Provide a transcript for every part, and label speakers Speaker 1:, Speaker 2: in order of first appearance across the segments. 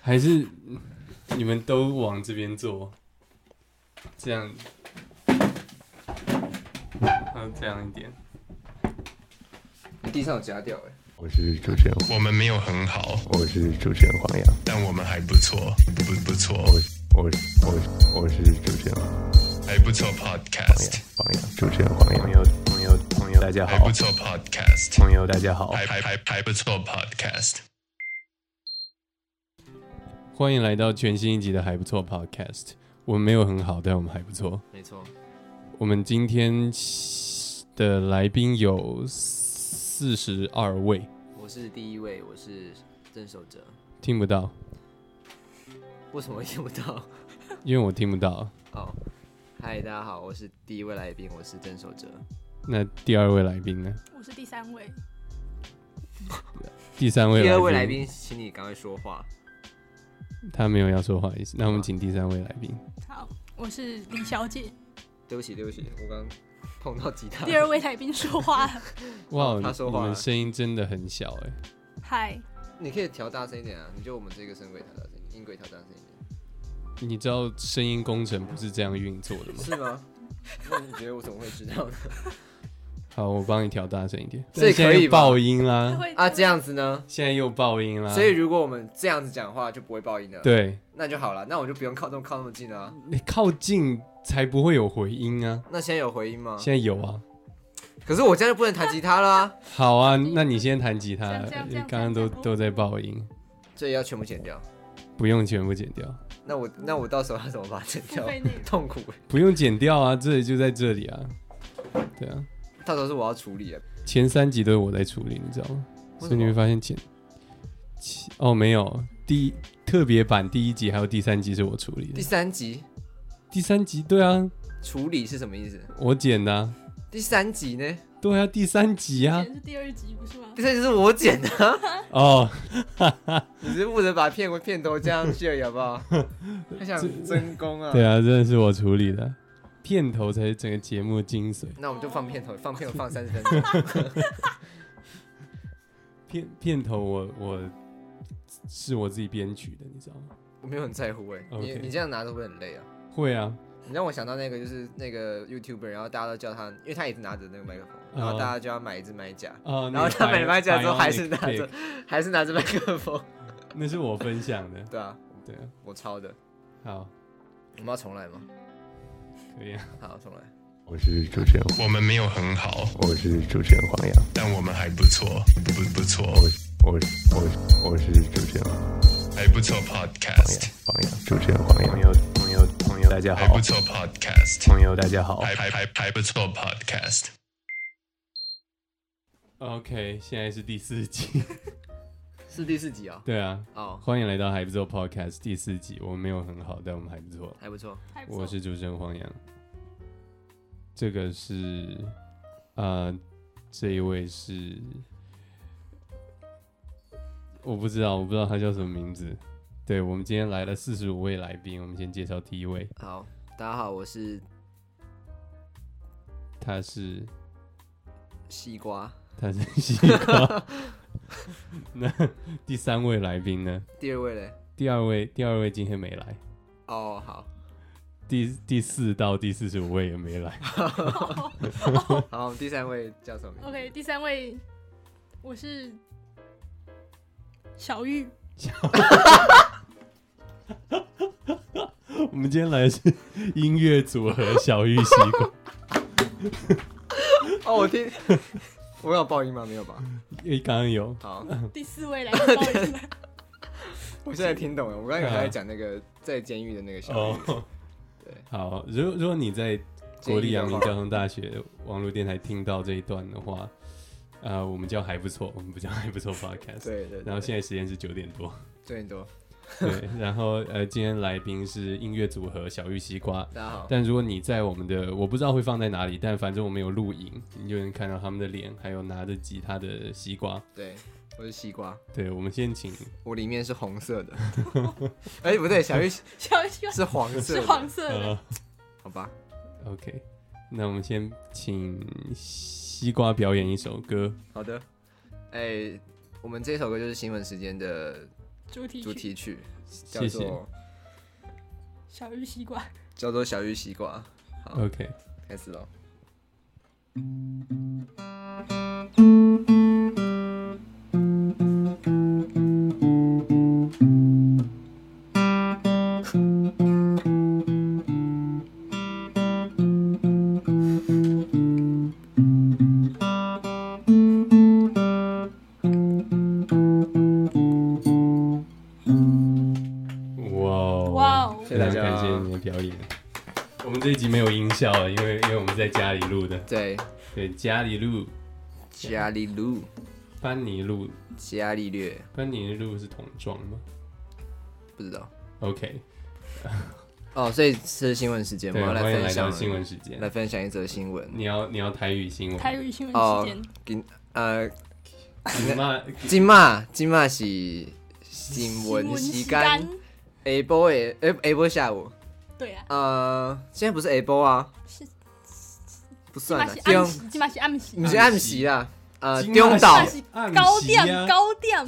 Speaker 1: 还是你们都往这边坐，这样，还有这样一点。
Speaker 2: 地上有夹掉哎、
Speaker 3: 我是主持人，
Speaker 4: 我们没有很好，
Speaker 3: 我是主持人黄洋，
Speaker 4: 但我们还不错，不不错，
Speaker 3: 我是我是我是我是主持人黄
Speaker 4: 还不错 Podcast，
Speaker 3: 洋，黄洋，主持人黄洋，朋友朋友朋友，大家
Speaker 4: 还不错 Podcast，
Speaker 3: 朋友大家好
Speaker 4: 还还还还不错 Podcast。
Speaker 1: 欢迎来到全新一集的还不错 Podcast。我们没有很好，但我们还不错。
Speaker 2: 没错，
Speaker 1: 我们今天的来宾有四十二位，
Speaker 2: 我是第一位，我是郑守哲。
Speaker 1: 听不到，
Speaker 2: 为什么听不到？
Speaker 1: 因为我听不到。
Speaker 2: 哦，嗨，大家好，我是第一位来宾，我是郑守哲。
Speaker 1: 那第二位来宾呢？
Speaker 5: 我是第三位，
Speaker 1: 第三位
Speaker 2: 第二位来宾，请你赶快说话。
Speaker 1: 他没有要说话的意思。那我们请第三位来宾。
Speaker 5: 好，我是李小姐。
Speaker 2: 对不起，对不起，我刚碰到 吉他。
Speaker 5: 第二位来宾说话了，
Speaker 1: 哇，
Speaker 2: 哦他说话
Speaker 1: 你们
Speaker 2: 了
Speaker 1: 声音真的很小哎、
Speaker 5: 嗨，
Speaker 2: 你可以调大声一点啊，你就我们这个声轨调大声一点，音轨调大声一点，
Speaker 1: 你知道声音工程不是这样运作的吗？
Speaker 2: 是吗？那你觉 得我怎么会知道呢？
Speaker 1: 好，我帮你调大声一点。
Speaker 2: 这
Speaker 1: 现在
Speaker 2: 可以
Speaker 1: 又
Speaker 2: 吧
Speaker 1: 爆音
Speaker 5: 这
Speaker 1: 啦，
Speaker 5: 会
Speaker 2: 啊，这样子呢？
Speaker 1: 现在又爆音啦。
Speaker 2: 所以如果我们这样子讲话，就不会爆音了。，
Speaker 1: 对
Speaker 2: 那就好了，那我就不用靠这么靠那么近了啊。
Speaker 1: 你靠近才不会有回音啊。
Speaker 2: 那现在有回音吗？
Speaker 1: 现在有啊。
Speaker 2: 可是我这样就不能弹吉他啦、
Speaker 1: 好啊，那你先弹吉他，
Speaker 5: 这样这样这样
Speaker 1: 刚刚都
Speaker 5: 这样
Speaker 1: 都在爆音，
Speaker 2: 这也要全部剪掉。
Speaker 1: 不用全部剪掉，
Speaker 2: 那我那我到时候要怎么把它剪 掉
Speaker 5: 付费内 容？
Speaker 2: 痛苦欸，
Speaker 1: 不用剪掉啊，这里就在这里啊。对啊，
Speaker 2: 到时候是我要处理的。
Speaker 1: 前三集都是我在处理，你知道吗？
Speaker 2: 为
Speaker 1: 所
Speaker 2: 什
Speaker 1: 以你会
Speaker 2: 么？
Speaker 1: 发现剪，其哦没有，第一特别版第一集还有第三集是我处理
Speaker 2: 第
Speaker 1: 的，
Speaker 2: 三集
Speaker 1: 第三集对啊，
Speaker 2: 处理是什么意思？
Speaker 1: 我剪的啊、
Speaker 2: 第三集呢？
Speaker 1: 对啊，第三集
Speaker 5: 以
Speaker 1: 啊，
Speaker 5: 前是第二集不是吗
Speaker 2: 第？三集是我剪的 啊，
Speaker 1: 哦，
Speaker 2: 你是负责把片尾片头加上去而已，好不好？他想真功啊。
Speaker 1: 对啊，真的是我处理的，片头才是整个节目的精髓，
Speaker 2: 那我们就放片头，放片头放三十分 钟。
Speaker 1: 片片头我我是我自己编曲的，你知道吗？
Speaker 2: 我没有很在乎哎、你
Speaker 1: OK
Speaker 2: 你这样拿着会很累啊。
Speaker 1: 会啊，
Speaker 2: 你让我想到那个就是那个 YouTuber，然后大家都叫他，因为他一直拿着那个麦克风，
Speaker 1: 哦
Speaker 2: 然后大家就要买一只麦架，
Speaker 1: 啊，
Speaker 2: 然后他买麦架之后还是拿着
Speaker 1: Bionic，
Speaker 2: 还是拿着麦克风。
Speaker 1: Pig，那是我分享的，
Speaker 2: 对啊，
Speaker 1: 对啊，
Speaker 2: 我抄的。
Speaker 1: 好，
Speaker 2: 我们要重来吗？
Speaker 1: 可以啊，
Speaker 2: 好，重来。
Speaker 3: 我是主持人，
Speaker 4: 我们没有很好，
Speaker 3: 我是主持人黄洋，
Speaker 4: 但我们还不错，不不错，
Speaker 3: 我是我是我是我是主持人黄洋，
Speaker 4: 还不错 Podcast，
Speaker 3: 黄洋，主持人黄洋，朋友朋友朋友，大家
Speaker 4: 还不错 Podcast，
Speaker 3: 朋友大家好
Speaker 4: 还还还还不错 Podcast。
Speaker 1: ，OK，现在是第四集，
Speaker 2: 是第四集啊、
Speaker 1: 对啊，
Speaker 2: 哦，
Speaker 1: 欢迎来到还不错 Podcast 第四集，我们没有很好，但我们还不错，
Speaker 2: 还不错。
Speaker 5: 还不错
Speaker 1: 我是主持人黄洋，这个是呃，这一位是我不知道，我不知道他叫什么名字。对我们今天来了四十五位来宾，我们先介绍第一位，
Speaker 2: 好，大家好，我是
Speaker 1: 他是
Speaker 2: 西瓜。
Speaker 1: 他是西瓜。 那第三位来宾呢？
Speaker 2: 第二位嘞？
Speaker 1: 第二位第二位今天没来，
Speaker 2: 哦，好，
Speaker 1: 第第四到第四十五位也没来。
Speaker 2: 好，第三位叫什么名字
Speaker 5: OK，第三位我是小玉，
Speaker 1: 我们今天来的是音乐组合小玉西瓜。
Speaker 2: 哦，我听， 我有爆音吗？没有吧？
Speaker 1: 诶，刚刚有，
Speaker 2: 好，
Speaker 5: 第四位来宾不好意思
Speaker 2: 我现在听懂了。我刚才在讲那个在监狱的那个小玉，
Speaker 1: 哦，
Speaker 2: 对，
Speaker 1: 好，如果如果你在
Speaker 2: 监
Speaker 1: 国
Speaker 2: 狱
Speaker 1: 立
Speaker 2: 的
Speaker 1: 阳明
Speaker 2: 话
Speaker 1: 交通大学网络电台听到这一段的话，呃，我们叫还不错，我们不叫还不 错 podcast。
Speaker 2: 对对。
Speaker 1: 然后现
Speaker 2: 在
Speaker 1: 在时间是九点 多，
Speaker 2: 九点多，
Speaker 1: 对，然后呃，今天来宾是音乐组合小玉西瓜。
Speaker 2: 大家好。
Speaker 1: 但如果你在我们的，我不知道会放在哪里，但反正我们有录影，你就能看到他们的脸，还有拿着吉他的西瓜。
Speaker 2: 对，我是西瓜，
Speaker 1: 对，我们先请
Speaker 2: 我里面是红色的。 哎，不对，小玉是
Speaker 5: 小玉是
Speaker 2: 是黄色的。
Speaker 5: 黄色的，
Speaker 1: 呃
Speaker 2: 好吧，
Speaker 1: ，OK，那我们先请西瓜表演一首歌。
Speaker 2: 好的。哎，我们这首歌就是新闻时间的
Speaker 5: 主题
Speaker 2: 主
Speaker 5: 曲
Speaker 2: 题曲，叫
Speaker 1: 谢谢
Speaker 2: 做
Speaker 5: 小玉西瓜，
Speaker 2: 叫做《小玉西瓜》。好，
Speaker 1: OK，
Speaker 2: 开始喽。
Speaker 1: 哇哦
Speaker 5: 哇哦
Speaker 2: 谢谢大家
Speaker 1: 非常感谢你的表演。我们这一集没有音效了，因为因为我们在家里录的，
Speaker 2: 对，
Speaker 1: 对，家里录，
Speaker 2: 伽利略，
Speaker 1: 班尼录，
Speaker 2: 伽利略，
Speaker 1: 班尼录是童装吗
Speaker 2: 不知道。
Speaker 1: ？OK，
Speaker 2: 哦，所以是新闻时间，我
Speaker 1: 对，
Speaker 2: 们要来
Speaker 1: 欢迎
Speaker 2: 分
Speaker 1: 来到
Speaker 2: 享
Speaker 1: 新闻时间
Speaker 2: 来。分享一则新闻。
Speaker 1: 你要你要台语新闻，
Speaker 5: 台语新闻
Speaker 2: 哦
Speaker 5: 时间，
Speaker 2: 呃，
Speaker 1: 你妈
Speaker 2: 今嘛今嘛是新闻时间，
Speaker 5: 时间
Speaker 2: 下晡诶，诶下晡下午。
Speaker 5: 对啊，
Speaker 2: 呃，现在不是 A 波啊，
Speaker 5: 是
Speaker 2: 不
Speaker 5: 今
Speaker 2: 算
Speaker 5: 嘛
Speaker 2: 了，
Speaker 5: 是
Speaker 2: 中
Speaker 5: 暗时，今嘛是暗时，
Speaker 2: 不是暗时啦，呃，
Speaker 1: 今晚
Speaker 2: 中
Speaker 1: 是
Speaker 2: 岛
Speaker 5: 今嘛，是
Speaker 1: 暗
Speaker 5: 高
Speaker 1: 时啊
Speaker 5: 点高点，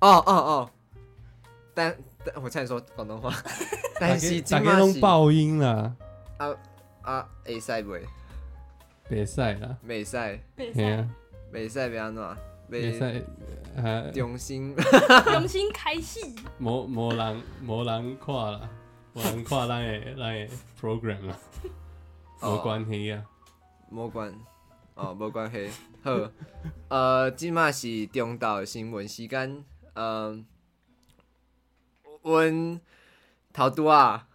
Speaker 2: 哦哦哦，但但我差点说广 东话，但是
Speaker 1: 打
Speaker 2: 今
Speaker 1: 开
Speaker 2: 嘛
Speaker 1: 弄
Speaker 2: 是
Speaker 1: 爆音啦，
Speaker 2: 啊，会使袂，
Speaker 1: 别赛啦，
Speaker 2: 袂使，
Speaker 5: 对
Speaker 1: 嘿啊，
Speaker 2: 袂使袂安怎，
Speaker 1: 别
Speaker 2: 袂
Speaker 1: 赛啊，
Speaker 2: 中 心，
Speaker 5: 用心 开戏，
Speaker 1: 无无人无人看啦，无人看咱的咱的 program 啦，
Speaker 2: 哦
Speaker 1: 无关系啊，
Speaker 2: 无关，哦，无关系，好，呃，今嘛是中岛的新闻时间，嗯、呃，阮头拄啊，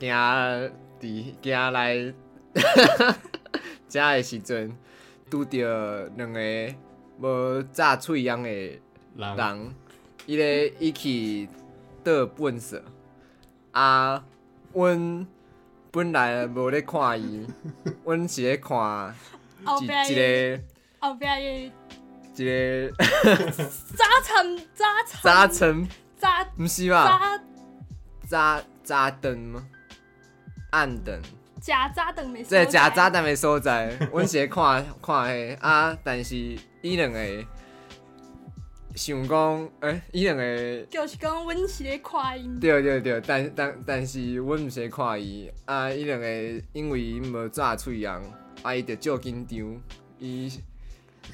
Speaker 2: 行伫行来 遮的时阵，拄着两个无炸喙样的。
Speaker 1: 人
Speaker 2: 人，伊咧伊去倒粪扫，啊，阮本来无咧看伊，阮是咧看
Speaker 5: 后
Speaker 2: 一
Speaker 5: 壁
Speaker 2: 一
Speaker 5: 的
Speaker 2: 个
Speaker 5: 后壁的
Speaker 2: 一个
Speaker 5: 渣场渣场
Speaker 2: 早晨，
Speaker 5: 渣
Speaker 2: 毋是吧？
Speaker 5: 渣
Speaker 2: 早早灯吗？暗灯，
Speaker 5: 假渣等没收
Speaker 2: 即
Speaker 5: 来，
Speaker 2: 食早蛋的所在，阮是咧看 看迄啊，但是伊两个想讲，诶、伊两个。
Speaker 5: 就是讲阮是咧看因，
Speaker 2: 对对对，但但但是阮毋是咧看伊，啊，伊两个因为伊无炸喙红，啊，伊就照紧张，伊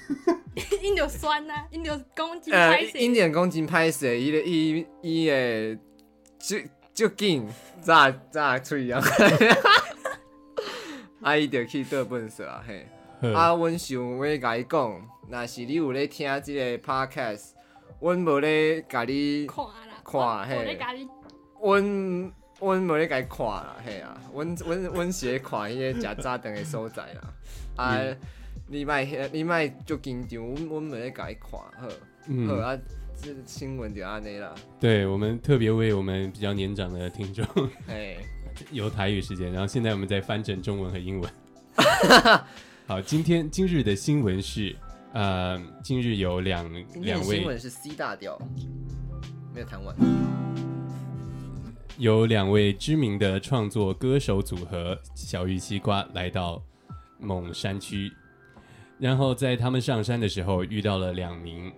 Speaker 5: 因就酸啊，因就讲真
Speaker 2: 呃，
Speaker 5: 歹
Speaker 2: 因
Speaker 5: 势，
Speaker 2: 两讲真歹势，伊咧伊伊诶，照照紧炸炸喙红， 啊，伊就去倒粪扫啊嘿。
Speaker 1: 呵
Speaker 2: 啊，阮想要甲伊讲，若是你有咧听即个 podcast，阮无咧甲你。
Speaker 5: 看啦，
Speaker 2: 看
Speaker 5: 我
Speaker 2: 嘿
Speaker 5: 我咧甲你
Speaker 2: 阮阮无咧甲伊看啦，嘿啊，阮阮阮是咧看迄个食早顿的所在啦。啊，
Speaker 1: 嗯
Speaker 2: 你莫你莫足紧张，阮阮无咧甲伊看，好，好
Speaker 1: 嗯，
Speaker 2: 啊，这新闻就安尼啦，
Speaker 1: 对我们特别为我们比较年长的听众
Speaker 2: 嘿，
Speaker 1: 有台语时间，然后现在我们在翻成中文和英 文。好，今天今日的新闻是，呃，今日有两
Speaker 2: 今天
Speaker 1: 两
Speaker 2: 的新
Speaker 1: 位
Speaker 2: 闻是 C 大调，没有弹完，
Speaker 1: 有两位知名的创作歌手组合小玉西瓜来到蒙山区，然后在他们上山的时候遇到了两名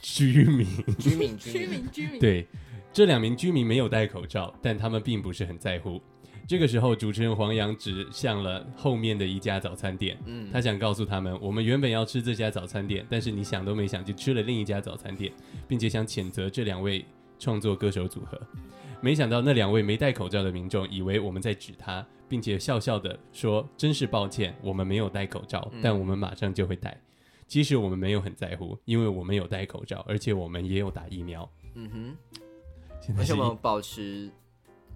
Speaker 1: 居民。
Speaker 2: 居民居
Speaker 5: 居
Speaker 2: 民，
Speaker 5: 民居民，
Speaker 1: 对，这两名居民没有戴口罩，但他们并不是很在乎。这个时候，主持人黄洋指向了后面的一家早餐店，
Speaker 2: 嗯
Speaker 1: 他想告诉他们，我们原本要吃这家早餐店，但是你想都没想就吃了另一家早餐店，并且想谴责这两位创作歌手组合。没想到那两位没戴口罩的民众以为我们在指他，并且笑笑的说：“真是抱歉，我们没有戴口罩，
Speaker 5: 嗯
Speaker 1: 但我们马上就会戴。其实我们没有很在乎，因为我们有戴口罩，而且我们也有打疫苗。
Speaker 2: 嗯
Speaker 1: 现在
Speaker 2: 哼，而
Speaker 1: 是
Speaker 2: 且
Speaker 1: 疫
Speaker 2: 我们保持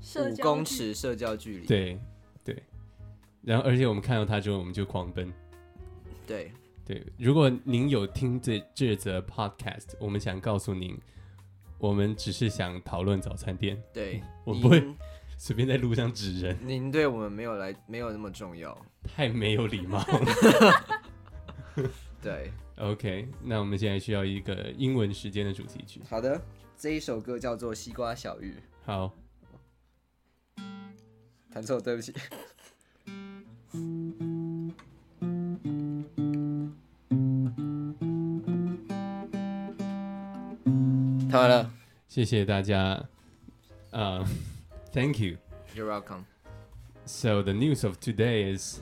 Speaker 5: 社
Speaker 2: 五
Speaker 5: 交
Speaker 2: 公
Speaker 5: 距
Speaker 2: 尺社交距离，
Speaker 1: 对对，然后而且我们看到他之后，我们就狂奔。
Speaker 2: 对，
Speaker 1: 对，如果您有听这这则 podcast，我们想告诉您，我们只是想讨论早餐店，
Speaker 2: 对，
Speaker 1: 我
Speaker 2: 您
Speaker 1: 不会随便在路上指人，
Speaker 2: 您对我们没有来没有那么重要，
Speaker 1: 太没有礼貌了。
Speaker 2: 对。
Speaker 1: OK，那我们现在需要一个英文时间的主题曲。
Speaker 2: 好的，这一首歌叫做《西瓜小玉
Speaker 1: 好，》，
Speaker 2: 弹错，对不起。
Speaker 1: 谢谢大家，呃，Thank you。
Speaker 2: You're welcome.
Speaker 1: So the news of today is,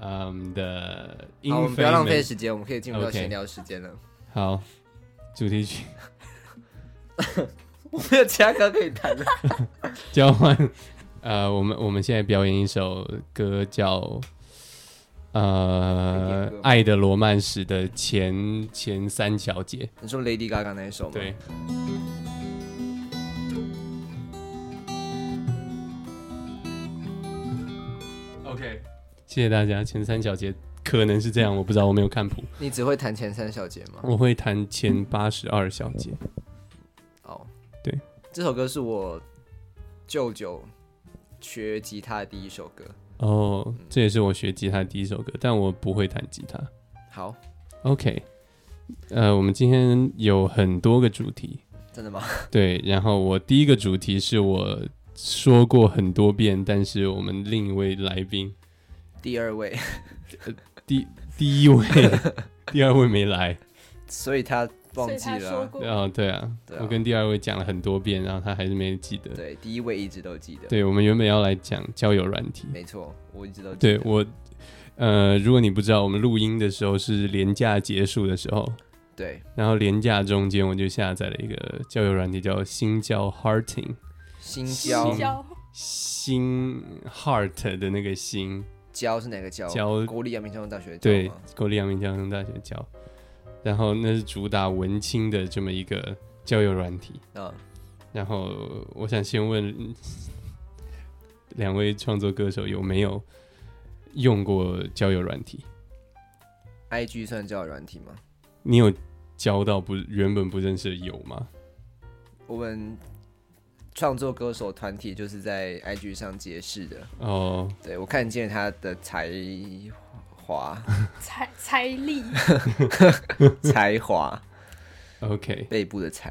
Speaker 1: um, the
Speaker 2: 好，我们不要浪费
Speaker 1: infamous-
Speaker 2: 时间，我们可以进入到
Speaker 1: OK
Speaker 2: 闲聊时间了。
Speaker 1: 好，主题曲
Speaker 2: 我没有其他歌可以弹 了。
Speaker 1: 交换。呃，我们我们现在表演一首歌叫
Speaker 2: 点
Speaker 1: 呃
Speaker 2: 歌
Speaker 1: 《
Speaker 2: 吗
Speaker 1: 爱的罗曼史》的前前三小节。
Speaker 2: 你说 Lady Gaga 那一首吗？
Speaker 1: 对，
Speaker 4: OK，
Speaker 1: 谢谢大家。前三小节可能是这样，我不知道，我没有看谱。
Speaker 2: 你只会弹前三小节吗？
Speaker 1: 我会弹前八十二小节。
Speaker 2: 哦，
Speaker 1: 对，
Speaker 2: 这首歌是我舅舅学吉他的第一首歌。
Speaker 1: 哦，这也是我学吉他的第一首歌，但我不会弹吉他。
Speaker 2: 好，
Speaker 1: OK，呃，我们今天有很多个主题，
Speaker 2: 真的吗？
Speaker 1: 对，然后我第一个主题是我说过很多遍，但是我们另一位来宾，
Speaker 2: 第二位，
Speaker 1: 第一 位，第二位没来，
Speaker 2: 所以他忘
Speaker 5: 所以
Speaker 2: 记
Speaker 5: 他
Speaker 2: 了
Speaker 5: 说
Speaker 2: 啊。
Speaker 5: 过，
Speaker 1: 哦，对啊，
Speaker 2: 对啊
Speaker 1: 我跟第二位讲了很多遍，然后他还是没记得。
Speaker 2: 对，第一位一直都记得。，
Speaker 1: 对，我们原本要来讲交友软体，
Speaker 2: 没错，我一直都记
Speaker 1: 对
Speaker 2: 得。
Speaker 1: 我，呃，如果你不知道，我们录音的时候是连假结束的时候，
Speaker 2: 对，
Speaker 1: 然后连假中间我就下载了一个交友软体，叫新交 Hearting，
Speaker 2: 新
Speaker 1: 交
Speaker 2: 交
Speaker 1: 新
Speaker 5: 交
Speaker 1: 新 Heart 的那个新，
Speaker 2: 交是哪个交？
Speaker 1: 交
Speaker 2: 国立阳明交通大学的
Speaker 1: 对
Speaker 2: 交吗？，
Speaker 1: 国立阳明交通大学教，然后那是主打文青的这么一个交友软体。
Speaker 2: 嗯，
Speaker 1: 然后我想先问两位创作歌手有没有用过交友软体？
Speaker 2: IG 算交友软体吗？
Speaker 1: 你有交到不原本不认识的友吗？
Speaker 2: 我们创作歌手团体就是在 IG 上结识的。
Speaker 1: 哦，
Speaker 2: 对我看见他的才华，
Speaker 5: 财财力，
Speaker 2: 才华
Speaker 1: OK，
Speaker 2: 背部的才。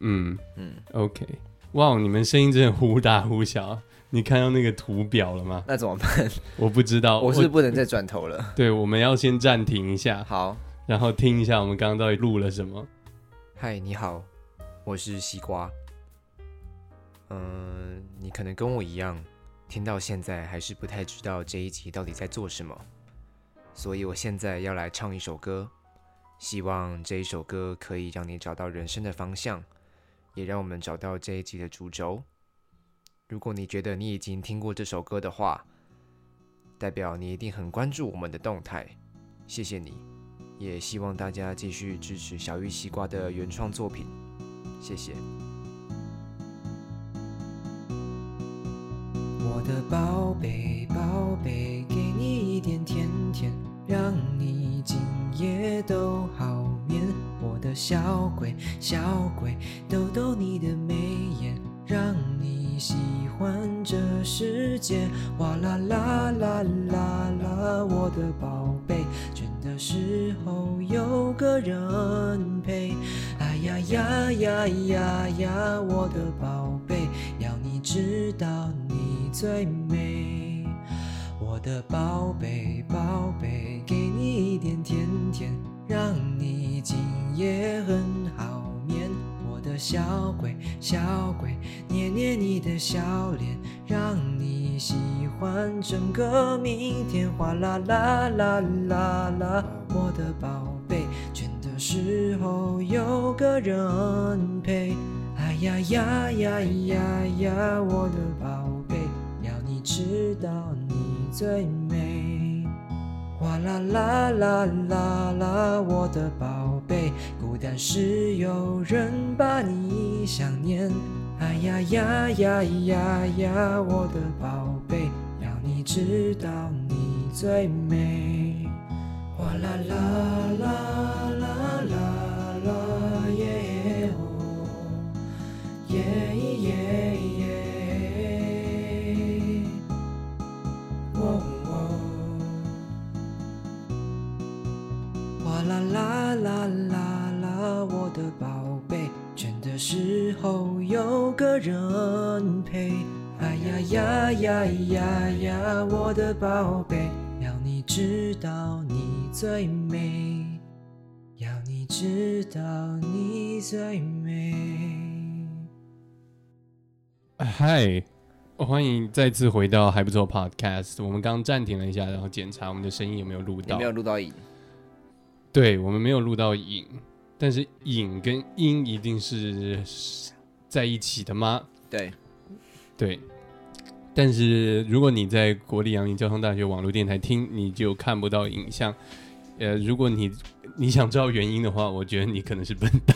Speaker 1: 嗯嗯
Speaker 2: 嗯
Speaker 1: ，OK，哇你们声音真的忽大忽小。啊你看到那个图表了吗？
Speaker 2: 那怎么办？
Speaker 1: 我不知道，
Speaker 2: 我是不能再转头了。
Speaker 1: 对，我们要先暂停一下，
Speaker 2: 好，
Speaker 1: 然后听一下我们刚刚到底录了什么。
Speaker 6: 嗨，你好，我是西瓜。嗯，你可能跟我一样，听到现在还是不太知道这一集到底在做什么，所以我现在要来唱一首歌，希望这一首歌可以让你找到人生的方向，也让我们找到这一集的主轴。如果你觉得你已经听过这首歌的话，代表你一定很关注我们的动态，谢谢你。也希望大家继续支持小玉西瓜的原创作品，谢谢。
Speaker 7: 我的宝贝，宝贝，给你一点甜甜，让你今夜都好眠。我的小鬼，小鬼，逗逗你的眉眼，让你喜欢这世界。哇啦啦啦啦啦，我的宝贝，倦的时候有个人陪。哎呀呀呀呀呀，我的宝贝，要你知道你最美。我的宝贝，宝贝，给你一点甜甜，让你今夜很好眠。我的小鬼，小鬼，捏捏你的小脸，让你喜欢整个明天。哗啦啦啦啦啦，我的宝贝，倦的时候有个人陪。哎呀呀呀呀呀，我的宝贝，要你知道你最美。哗啦啦啦啦啦，我的宝贝，孤单时有人把你想念。哎呀呀呀呀呀，我的宝贝，要你知道你最美。哗啦啦啦啦啦啦耶哦，耶耶耶，哦哦。哗啦啦啦啦啦，我的宝贝，倦的时候有个人陪。哎呀呀呀呀呀，我的宝贝，要你知道你最美，要你知道你最美。
Speaker 1: 嗨，欢迎再次回到还不错 Podcast。我们刚暂停了一下，然后检查我们的声音有没有录
Speaker 2: 你
Speaker 1: 到。
Speaker 2: 没有录到影，
Speaker 1: 对，我们没有录到影，但是影跟音一定是在一起的吗？
Speaker 2: 对，
Speaker 1: 对。但是如果你在国立阳明交通大学网络电台听，你就看不到影像。呃，如果你你想知道原因的话，我觉得你可能是笨蛋，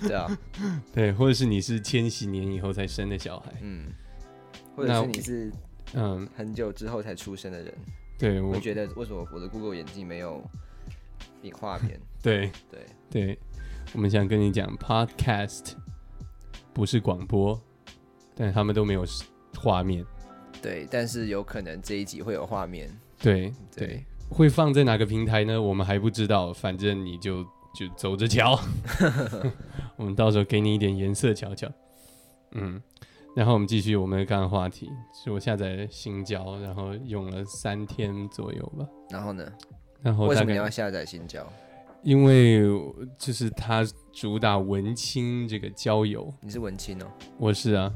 Speaker 2: 对啊，
Speaker 1: 对，或者是你是千禧年以后才生的小孩。
Speaker 2: 嗯，或者
Speaker 1: 那
Speaker 2: 是你是
Speaker 1: 嗯，
Speaker 2: 很久之后才出生的人，
Speaker 1: 对我
Speaker 2: 会觉得为什么我的 Google 眼镜没有影画 面？
Speaker 1: 对
Speaker 2: 对，
Speaker 1: 对，我们想跟你讲，podcast 不是广播，但他们都没有画面。
Speaker 2: 对，但是有可能这一集会有画面。
Speaker 1: 对
Speaker 2: 对
Speaker 1: 对，会放在哪个平台呢？我们还不知道，反正你就就走着 瞧，我们到时候给你一点颜色瞧瞧。嗯，然后我们继续我们刚刚的话题，是我下载了新交，然后用了三天左右吧。
Speaker 2: 然后呢？
Speaker 1: 然后
Speaker 2: 为
Speaker 1: 大
Speaker 2: 什么
Speaker 1: 概
Speaker 2: 你要下载新交？
Speaker 1: 因为就是它主打文青这个交友，
Speaker 2: 你是文青哦，
Speaker 1: 我是啊，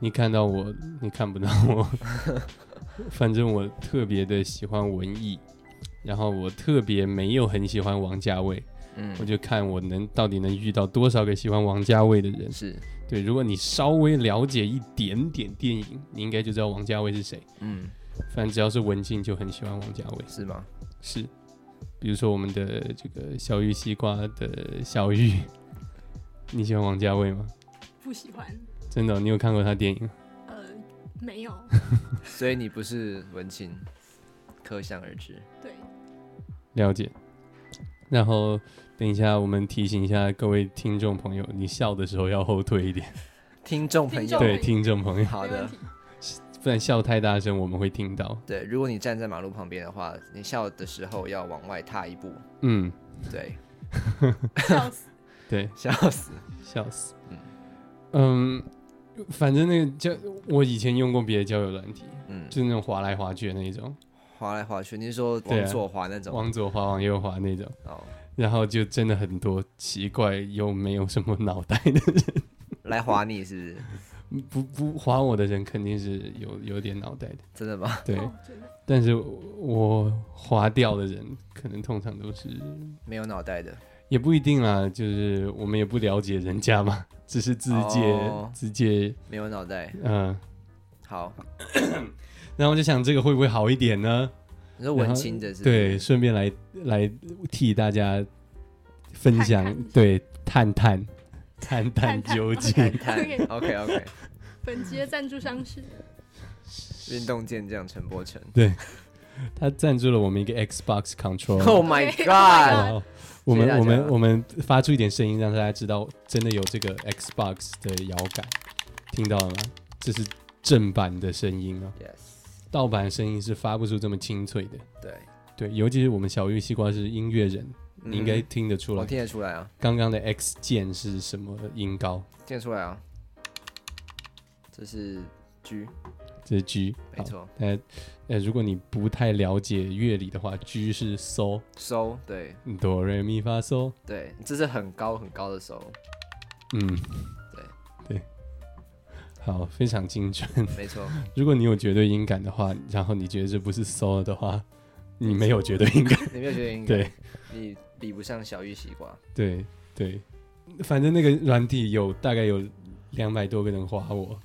Speaker 1: 你看到我，你看不到我。反正我特别的喜欢文艺，然后我特别没有很喜欢王家卫，
Speaker 2: 嗯
Speaker 1: 我，就看我能到底能遇到多少个喜欢王家卫的人。
Speaker 2: 是，
Speaker 1: 对，如果你稍微了解一点点电影，你应该就知道王家卫是谁。
Speaker 2: 嗯，
Speaker 1: 反正只要是文静就很喜欢王家卫。
Speaker 2: 是吗？
Speaker 1: 是，比如说我们的这个小玉西瓜的小玉， 你喜欢王家卫吗？
Speaker 5: 不喜欢，
Speaker 1: 真的哦、你有看过他电影吗？
Speaker 5: 呃，没有，
Speaker 2: 所以你不是文青，可想而知。
Speaker 5: 对，
Speaker 1: 了解。然后等一下，我们提醒一下各位听众朋友，你笑的时候要后退一点。
Speaker 2: 听众朋
Speaker 5: 听
Speaker 2: 友，
Speaker 5: 众
Speaker 1: 对，听众朋友，
Speaker 2: 好
Speaker 5: 没问
Speaker 2: 的
Speaker 5: 题，。
Speaker 1: 不然笑太大声我们会听到。
Speaker 2: 对，如果你站在马路旁边的话，你笑的时候要往外踏一步。
Speaker 1: 嗯，
Speaker 2: 对，
Speaker 5: 笑死，
Speaker 1: 对，
Speaker 2: 笑死。
Speaker 1: 笑死。嗯，反正那个交，我以前用过别的交友软体，
Speaker 2: 嗯，
Speaker 1: 就是那种滑来滑去的那一种，
Speaker 2: 滑来滑去，你是说
Speaker 1: 对啊
Speaker 2: 往左滑那种？
Speaker 1: 往左滑往右滑那种，
Speaker 2: 哦，
Speaker 1: 然后就真的很多奇怪又没有什么脑袋 的人，
Speaker 2: 来滑你是不是？
Speaker 1: 不不滑我的人肯定是有有点脑袋的，
Speaker 2: 真的吗？
Speaker 1: 对。
Speaker 5: 哦真的
Speaker 1: 但是我划掉的人，可能通常都是
Speaker 2: 没有脑袋的。
Speaker 1: 也不一定啦，就是我们也不了解人家嘛，只是自介、
Speaker 2: 哦
Speaker 1: 自介，
Speaker 2: 没有脑袋，
Speaker 1: 嗯、
Speaker 2: 好，
Speaker 1: 然后我就想这个会不会好一点呢？
Speaker 2: 你说
Speaker 1: 然后
Speaker 2: 文青的是不
Speaker 1: 对，
Speaker 2: 是，
Speaker 1: 顺便来来替大家分享，
Speaker 5: 探探
Speaker 1: 对，探探探探
Speaker 5: 探探
Speaker 1: 究 竟，
Speaker 2: 感 叹
Speaker 5: OK
Speaker 2: ，OK OK，
Speaker 5: 本集的赞助商是
Speaker 2: 运动健将陈柏成
Speaker 1: 哦他赞助了我们一个 Xbox controller。
Speaker 2: ，Oh my
Speaker 5: OK，Oh my
Speaker 2: God，
Speaker 5: God
Speaker 1: 哇哦我们
Speaker 2: 谢谢大家
Speaker 1: 我们我们发出一点声音，让大家知道真的有这个 Xbox 的摇杆，听到了吗？这是正版的声音哦，
Speaker 2: Yes，
Speaker 1: 盗版声音是发不出这么清脆的。
Speaker 2: 对，
Speaker 1: 对，尤其是我们小玉西瓜是音乐人，
Speaker 2: 嗯
Speaker 1: 你应该听得出
Speaker 2: 我
Speaker 1: 来，
Speaker 2: 听得出来啊，
Speaker 1: 刚刚的 X 键是什么音高？
Speaker 2: 听得出来啊，这是 G，
Speaker 1: 这是 G，
Speaker 2: 没错
Speaker 1: 好呃呃，如果你不太了解乐理的话，G 是 So，
Speaker 2: 收，对
Speaker 1: 哆来咪发 So，
Speaker 2: 对，这是很高很高的收，
Speaker 1: 嗯，对对，好，非常精准。
Speaker 2: 没错，
Speaker 1: 如果你有绝对音感的话，然后你觉得这不是 so 的话，你没有绝对音感。
Speaker 2: 你没有觉得应该
Speaker 1: 对
Speaker 2: 你比不上小玉西瓜，
Speaker 1: 对对，反正那个软体有大概有两百多个人划我，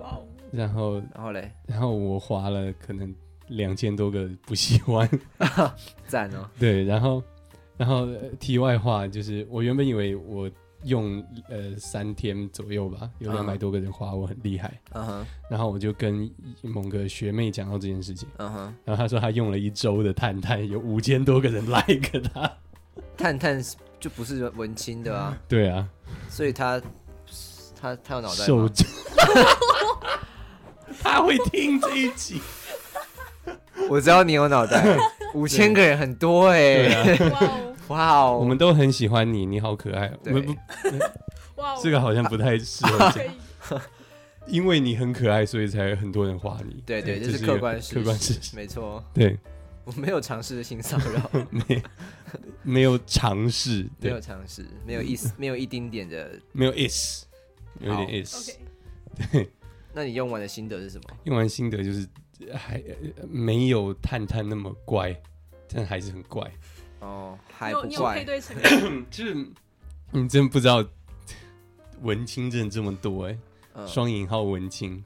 Speaker 5: 哇哦，
Speaker 1: 然后
Speaker 2: 然后嘞，
Speaker 1: 然后我划了可能两千多个不喜 欢。
Speaker 2: 赞哦，
Speaker 1: 对，然后然后、呃题外话就是，我原本以为我用呃三天左右吧，有
Speaker 2: 嗯
Speaker 5: 啊
Speaker 1: 两百多个人划我很厉害，
Speaker 2: 嗯哼
Speaker 1: 然后我就跟某个学妹讲到这件事情。
Speaker 2: 嗯哼，
Speaker 1: 然后他说他用了一周的探探，有五千多个人 like 他。
Speaker 2: 探探是就不是文青的啊，
Speaker 1: 对啊，
Speaker 2: 所以他他他有脑袋
Speaker 1: 受
Speaker 2: 吗？
Speaker 1: 众。 他会听这一集。
Speaker 2: 我知道你有 脑袋，五千个人很多哎、
Speaker 1: 对 啊，
Speaker 5: 哇哦，
Speaker 2: 哇 哦，
Speaker 1: 我们都很喜欢你，你好可爱哦。
Speaker 2: 对
Speaker 1: 不不，
Speaker 5: 哇哦，
Speaker 1: 这个好像不太适合
Speaker 5: 可
Speaker 1: 讲，
Speaker 5: 以，
Speaker 1: 因为你很可爱，所以才有很多人夸你。
Speaker 2: 对对，这
Speaker 1: 这
Speaker 2: 是
Speaker 1: 是
Speaker 2: 客
Speaker 1: 一个
Speaker 2: 观事
Speaker 1: 客观
Speaker 2: 实
Speaker 1: 事实
Speaker 2: 没错，
Speaker 1: 对，
Speaker 2: 我没有尝试性骚扰，
Speaker 1: 没没有尝试，
Speaker 2: 没 有
Speaker 1: 对，
Speaker 2: 尝试，没有一丝，没有一丁点的
Speaker 1: 没有 is，有一点 is。
Speaker 5: OK，
Speaker 2: 那你用完的心得是什么？
Speaker 1: 用完心得就是呃还呃没有探探那么怪，但还是很怪，
Speaker 2: 哦，
Speaker 5: 你
Speaker 2: 还
Speaker 5: 有
Speaker 2: 不
Speaker 5: 你有
Speaker 2: 怪，
Speaker 5: 配 对成功，
Speaker 1: 就是你真不知道文青真的这么多哎、
Speaker 2: 嗯
Speaker 1: 双引号文青，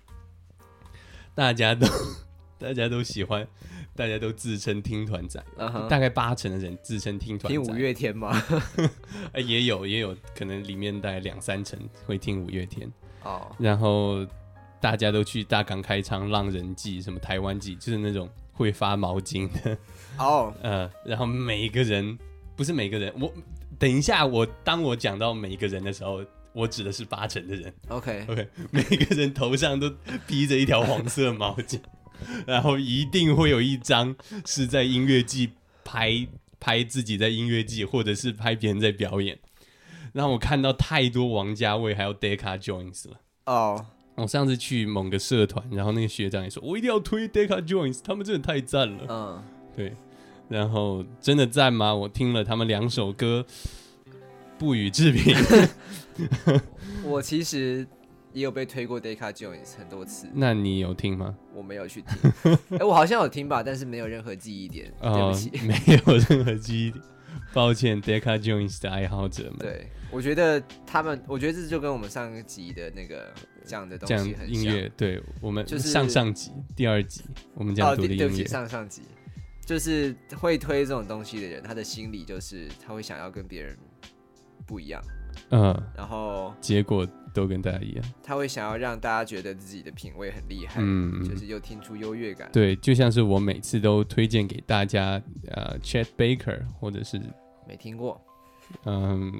Speaker 1: 大家都 大家都喜欢，大家都自称听团仔，
Speaker 2: 嗯哼
Speaker 1: 大概八成的人自称听团
Speaker 2: 听
Speaker 1: 仔，
Speaker 2: 五月天吗？
Speaker 1: 呃也有也有可能里面大概两三成会听五月天，
Speaker 2: 哦，
Speaker 1: 然后大家都去大港开唱、浪人祭、什么台湾祭，就是那种会发毛巾的，
Speaker 2: 哦，
Speaker 1: 呃，然后每一个人不是每个人，我等一下我当我讲到每一个人的时候，我指的是八成的人
Speaker 2: OK，
Speaker 1: ，OK，每个人头上都披着一条黄色毛巾， 然后一定会有一张是在音乐季拍拍自己在音乐季，或者是拍别人在表演。让我看到太多王家卫还有 Decca Jones 了。
Speaker 2: 哦，
Speaker 1: 我上次去某个社团，然后那个学长也说，我一定要推 Decca Jones，他们真的太赞了。
Speaker 2: 嗯，
Speaker 1: 对，然后真的赞吗？我听了他们两首歌，不予置评。
Speaker 2: 我其实也有被推过 Deca Jones 很多次，
Speaker 1: 那你有听吗？
Speaker 2: 我没有 去听，哎、我好像有听吧，但是没有任何记忆点，
Speaker 1: 嗯
Speaker 2: 对不起。
Speaker 1: 呃 没有任何记忆点，抱歉 Decca Jones 的爱好者们。，
Speaker 2: 对，我觉得他们，我觉得这就跟我们上一集的那个讲的东
Speaker 1: 这样
Speaker 2: 西很
Speaker 1: 音
Speaker 2: 像。
Speaker 1: 乐，对我们
Speaker 2: 就是
Speaker 1: 上上集、第二集，我们讲
Speaker 2: 哦，
Speaker 1: 独
Speaker 2: 对，
Speaker 1: 立
Speaker 2: 对不
Speaker 1: 音乐
Speaker 2: 起，。上上集就是会推这种东西的人，他的心理就是他会想要跟别人不一样，
Speaker 1: 嗯、
Speaker 2: 然后
Speaker 1: 结果都跟大家一样。
Speaker 2: 他会想要让大家觉得自己的品味很厉害，
Speaker 1: 嗯，
Speaker 2: 就是又听出优越感。
Speaker 1: 对，就像是我每次都推荐给大家，呃，Chet Baker 或者是
Speaker 2: 没听过，
Speaker 1: 嗯